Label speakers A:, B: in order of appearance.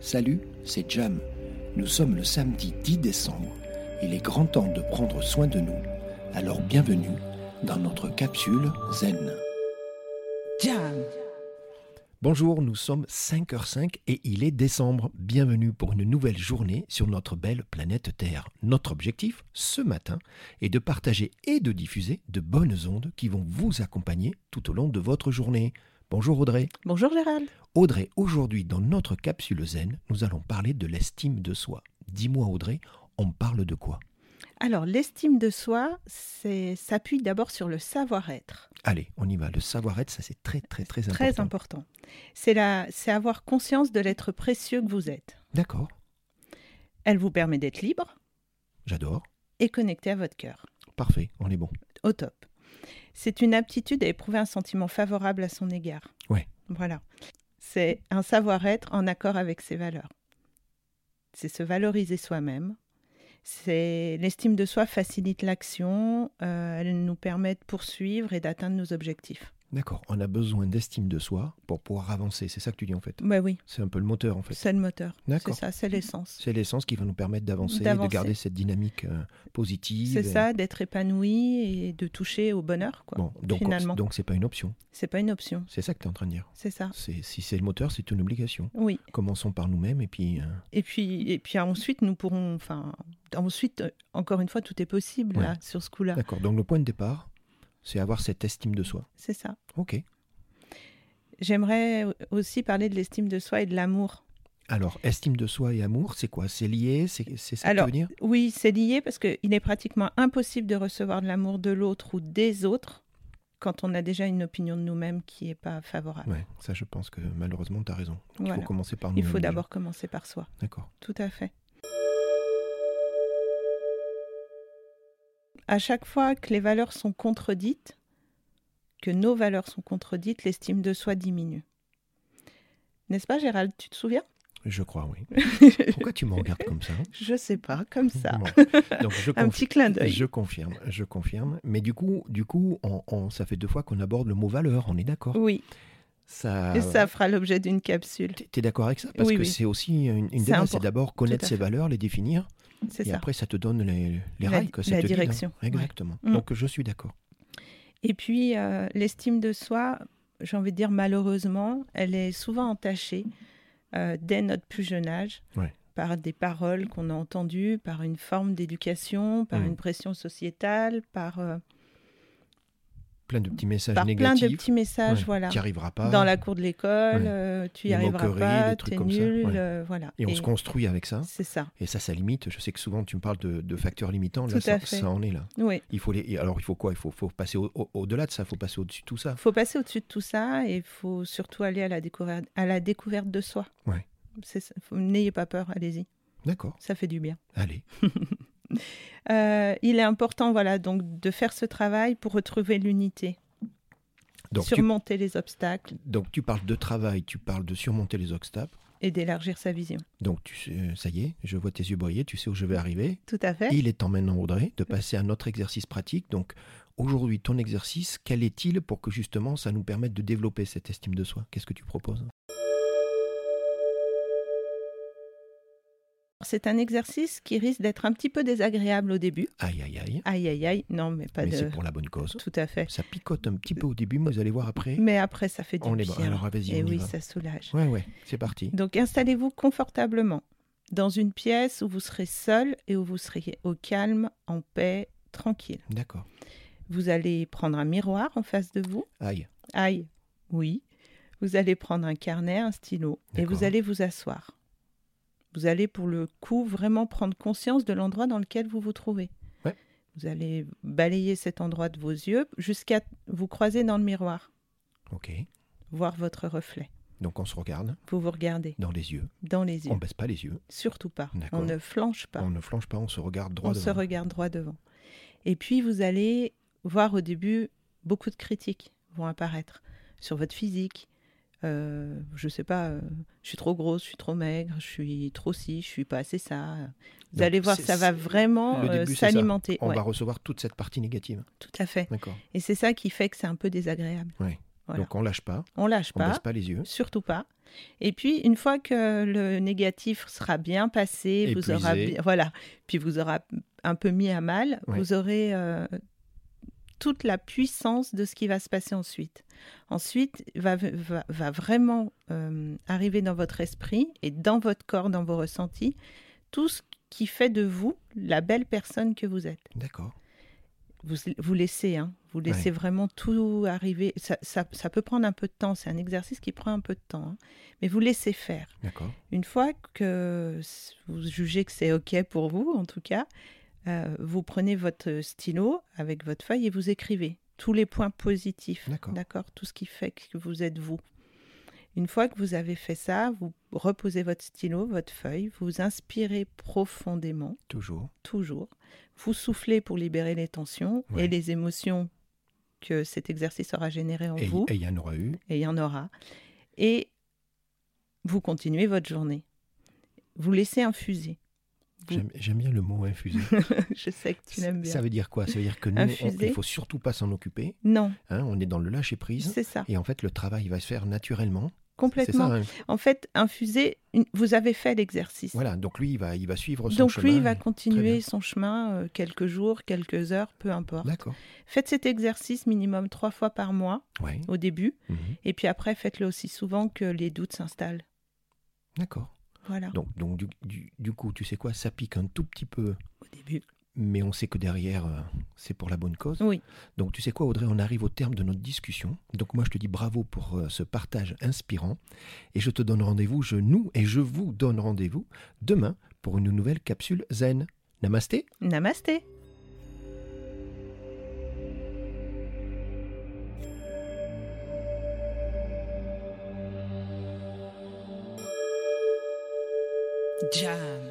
A: Salut, c'est Jam. Nous sommes le samedi 10 décembre. Il est grand temps de prendre soin de nous. Alors bienvenue dans notre capsule Zen.
B: Jam.
A: Bonjour, nous sommes 5h05 et il est décembre. Bienvenue pour une nouvelle journée sur notre belle planète Terre. Notre objectif, ce matin, est de partager et de diffuser de bonnes ondes qui vont vous accompagner tout au long de votre journée. Bonjour Audrey.
B: Bonjour Gérald.
A: Audrey, aujourd'hui dans notre capsule zen, nous allons parler de l'estime de soi. Dis-moi Audrey, on parle de quoi
B: Alors, l'estime de soi c'est- s'appuie d'abord sur le savoir-être.
A: Allez, on y va. Le savoir-être, ça c'est très très très important.
B: Très important. C'est la- c'est avoir conscience de l'être précieux que vous êtes.
A: D'accord,
B: Elle vous permet d'être libre
A: j'adore.
B: et connecté à votre cœur.
A: Parfait, on est bon.
B: Au top. C'est une aptitude à éprouver un sentiment favorable à son égard.
A: Ouais.
B: Voilà. C'est un savoir-être en accord avec ses valeurs. C'est se valoriser soi-même. C'est l'estime de soi facilite l'action. euh, elle nous permet de poursuivre et d'atteindre nos objectifs.
A: D'accord, on a besoin d'estime de soi pour pouvoir avancer. C'est ça que tu dis en fait.
B: Bah oui,
A: C'est un peu le moteur en fait.
B: c'est le moteur. C'est
A: D'accord.
B: ça, c'est l'essence.
A: C'est l'essence qui va nous permettre d'avancer, et de
B: D'avancer.
A: garder cette dynamique euh, positive.
B: C'est
A: et-
B: ça, d'être épanoui et de toucher au bonheur. Quoi.
A: Bon, donc
B: finalement.
A: donc c'est pas une option.
B: C'est pas une option.
A: C'est ça que tu es en train de dire.
B: C'est ça.
A: C'est si c'est le moteur, c'est une obligation.
B: Oui.
A: Commençons par nous-mêmes et puis euh,
B: Et puis, et puis ensuite, nous pourrons. Enfin, ensuite, euh, encore une fois, tout est possible là, sur ce coup-là.
A: d'accord. Donc le point de départ, c'est avoir cette estime de soi.
B: C'est ça.
A: OK.
B: J'aimerais aussi parler de l'estime de soi et de l'amour.
A: Alors, estime de soi et amour, c'est quoi C'est lié C'est c'est ça
B: Alors,
A: que tu veux dire
B: Oui, c'est lié parce qu'il est pratiquement impossible de recevoir de l'amour de l'autre ou des autres quand on a déjà une opinion de nous-mêmes qui n'est pas favorable.
A: Ouais, ça je pense que malheureusement tu as raison. Il
B: euh, Voilà.
A: faut commencer par nous.
B: Il faut d'abord commencer par soi.
A: D'accord.
B: Tout à fait. À chaque fois que les valeurs sont contredites, que nos valeurs sont contredites, l'estime de soi diminue. N'est-ce pas, Gérald Tu te souviens
A: Je crois, oui. Pourquoi tu me regardes comme ça
B: Je sais pas, comme ça.
A: Bon. Donc, je
B: Un
A: conf-
B: petit clin d'œil.
A: Je confirme, je confirme. Mais du coup, du coup, on, on- ça fait deux fois qu'on aborde le mot valeur, on est d'accord.
B: Oui,
A: Ça,
B: et ça fera l'objet d'une capsule.
A: T'es- T'es d'accord avec ça Parce
B: Oui,
A: que
B: oui.
A: c'est aussi une, une
B: C'est
A: démarche, c'est
B: important.
A: d'abord connaître
B: à
A: ses
B: fait.
A: valeurs, les définir,
B: C'est
A: et
B: ça.
A: après ça te donne les, les
B: La-
A: rails, quoi, ça te
B: la
A: guide, hein.
B: direction, ouais.
A: Exactement.
B: Mm.
A: Donc je suis d'accord.
B: Et puis, euh, l'estime de soi, j'ai envie de dire malheureusement, elle est souvent entachée euh, dès notre plus jeune âge
A: Ouais.
B: par des paroles qu'on a entendues, par une forme d'éducation, par
A: Mhm.
B: une pression sociétale, par, euh,
A: Plein de petits messages
B: par plein
A: négatifs.
B: de petits messages,
A: Ouais,
B: voilà.
A: Tu n'y arriveras pas.
B: Dans la cour de l'école,
A: Ouais.
B: euh, tu y
A: Des
B: arriveras
A: moqueries, des
B: pas,
A: trucs
B: t'es
A: comme ça,
B: nul,
A: ouais.
B: euh, voilà.
A: Et on se construit avec ça.
B: C'est ça,
A: Et ça, ça limite. Je sais que souvent tu me parles de, de facteurs limitants. Là,
B: Tout
A: ça,
B: à fait.
A: ça en est là.
B: oui.
A: Il faut les... et Alors il faut quoi Il faut, faut passer au- au- au-delà de ça. Il faut passer au-dessus de tout ça.
B: faut passer au-dessus de tout ça et il faut surtout aller à la découverte, à la découverte de soi.
A: Ouais.
B: C'est ça. Faut- N'ayez pas peur, allez-y,
A: D'accord.
B: ça fait du bien.
A: Allez.
B: Euh, il est important, voilà, donc de faire ce travail pour retrouver l'unité,
A: Donc tu,
B: surmonter les obstacles
A: donc tu parles de travail, tu parles de surmonter les obstacles.
B: et d'élargir sa vision.
A: Donc tu sais- ça y est, je vois tes yeux briller. Tu sais où je vais arriver.
B: Tout à fait.
A: Il est temps maintenant, Audrey, de passer à notre exercice pratique. Donc, aujourd'hui, ton exercice, quel est-il pour que justement ça nous permette de développer cette estime de soi Qu'est-ce que tu proposes
B: C'est un exercice qui risque d'être un petit peu désagréable au début.
A: Aïe, aïe, aïe.
B: Aïe aïe aïe, non mais pas
A: Mais
B: de.
A: c'est pour la bonne cause.
B: Tout à fait.
A: Ça picote un petit peu au début, mais vous allez voir après,
B: Mais après, ça fait du
A: on est
B: bien.
A: bon. Alors, vas-y,
B: et
A: on y
B: Eh oui,
A: va.
B: ça soulage.
A: Ouais, ouais, c'est parti.
B: Donc installez-vous confortablement dans une pièce où vous serez seul et où vous serez au calme, en paix, tranquille.
A: D'accord.
B: Vous allez prendre un miroir en face de vous.
A: Aïe.
B: Aïe, oui. Vous allez prendre un carnet, un stylo et
A: D'accord.
B: vous allez vous asseoir. Vous allez pour le coup vraiment prendre conscience de l'endroit dans lequel vous vous trouvez.
A: Ouais.
B: Vous allez balayer cet endroit de vos yeux jusqu'à vous croiser dans le miroir,
A: Ok.
B: voir votre reflet.
A: Donc, on se regarde
B: Vous vous regardez
A: dans les yeux.
B: dans les yeux.
A: On baisse pas les yeux.
B: Surtout pas.
A: D'accord.
B: On ne flanche pas.
A: On ne flanche pas, on se regarde droit
B: on se
A: devant.
B: regarde droit devant. Et puis vous allez voir au début beaucoup de critiques vont apparaître sur votre physique. Euh, je sais pas, euh, je suis trop grosse, je suis trop maigre, je suis trop ci, je suis pas assez ça. Vous
A: Donc,
B: allez voir,
A: c'est-
B: ça va
A: c'est-
B: vraiment
A: le
B: euh,
A: début, c'est ça.
B: s'alimenter.
A: On
B: Ouais,
A: va recevoir toute cette partie négative.
B: Tout à fait.
A: D'accord.
B: Et c'est ça qui fait que c'est un peu désagréable.
A: Ouais.
B: Voilà.
A: Donc on lâche pas,
B: on lâche
A: on baisse
B: pas,
A: pas les yeux.
B: surtout pas. Et puis une fois que le négatif sera bien passé, vous
A: Épuisé.
B: aura bi- voilà, puis vous aura un peu mis à mal,
A: Ouais.
B: vous aurez euh, toute la puissance de ce qui va se passer ensuite. Ensuite, va, va, va vraiment euh, arriver dans votre esprit et dans votre corps, dans vos ressentis, tout ce qui fait de vous la belle personne que vous êtes
A: D'accord.
B: vous, vous laissez, hein, vous laissez vraiment tout arriver. Ça, ça- ça peut prendre un peu de temps, c'est un exercice qui prend un peu de temps, hein. mais vous laissez faire.
A: D'accord.
B: Une fois que s- vous jugez que c'est OK pour vous, en tout cas, euh, vous prenez votre stylo avec votre feuille et vous écrivez tous les points positifs,
A: D'accord.
B: d'accord, tout ce qui fait que vous êtes vous. Une fois que vous avez fait ça, vous reposez votre stylo, votre feuille, vous inspirez profondément
A: Toujours.
B: toujours. Vous soufflez pour libérer les tensions
A: Ouais.
B: et les émotions que cet exercice aura générées en
A: Et
B: vous,
A: et il y en aura eu.
B: et il y en aura. Et vous continuez votre journée. Vous laissez infuser. Vous-
A: J'aime j'aime bien le mot infusé.
B: Je sais que tu l'aimes bien.
A: Ça veut dire quoi Ça veut dire que nous, on-
B: Infusé.
A: il faut surtout pas s'en occuper.
B: Non,
A: hein, on est dans le lâcher prise.
B: c'est ça,
A: Et en fait, le travail va se faire naturellement. C'est
B: complètement.
A: ça. hein.
B: En fait, infuser, une- vous avez fait l'exercice.
A: Voilà. Donc lui, il va, il va suivre son
B: Donc
A: chemin.
B: lui, il va
A: et-
B: continuer son chemin euh, quelques jours, quelques heures, peu importe.
A: D'accord.
B: Faites cet exercice minimum trois fois par mois
A: Ouais.
B: au début.
A: Mhm.
B: Et puis après, faites-le aussi souvent que les doutes s'installent.
A: D'accord.
B: Voilà,
A: Donc, donc du, du- du coup, tu sais quoi Ça pique un tout petit peu,
B: au début.
A: mais on sait que derrière, euh, c'est pour la bonne cause.
B: Oui.
A: Donc tu sais quoi Audrey, on arrive au terme de notre discussion. Donc moi je te dis bravo pour euh, ce partage inspirant et je te donne rendez-vous, je nous et je vous donne rendez-vous demain pour une nouvelle capsule zen. Namasté
B: Namasté
C: Jam.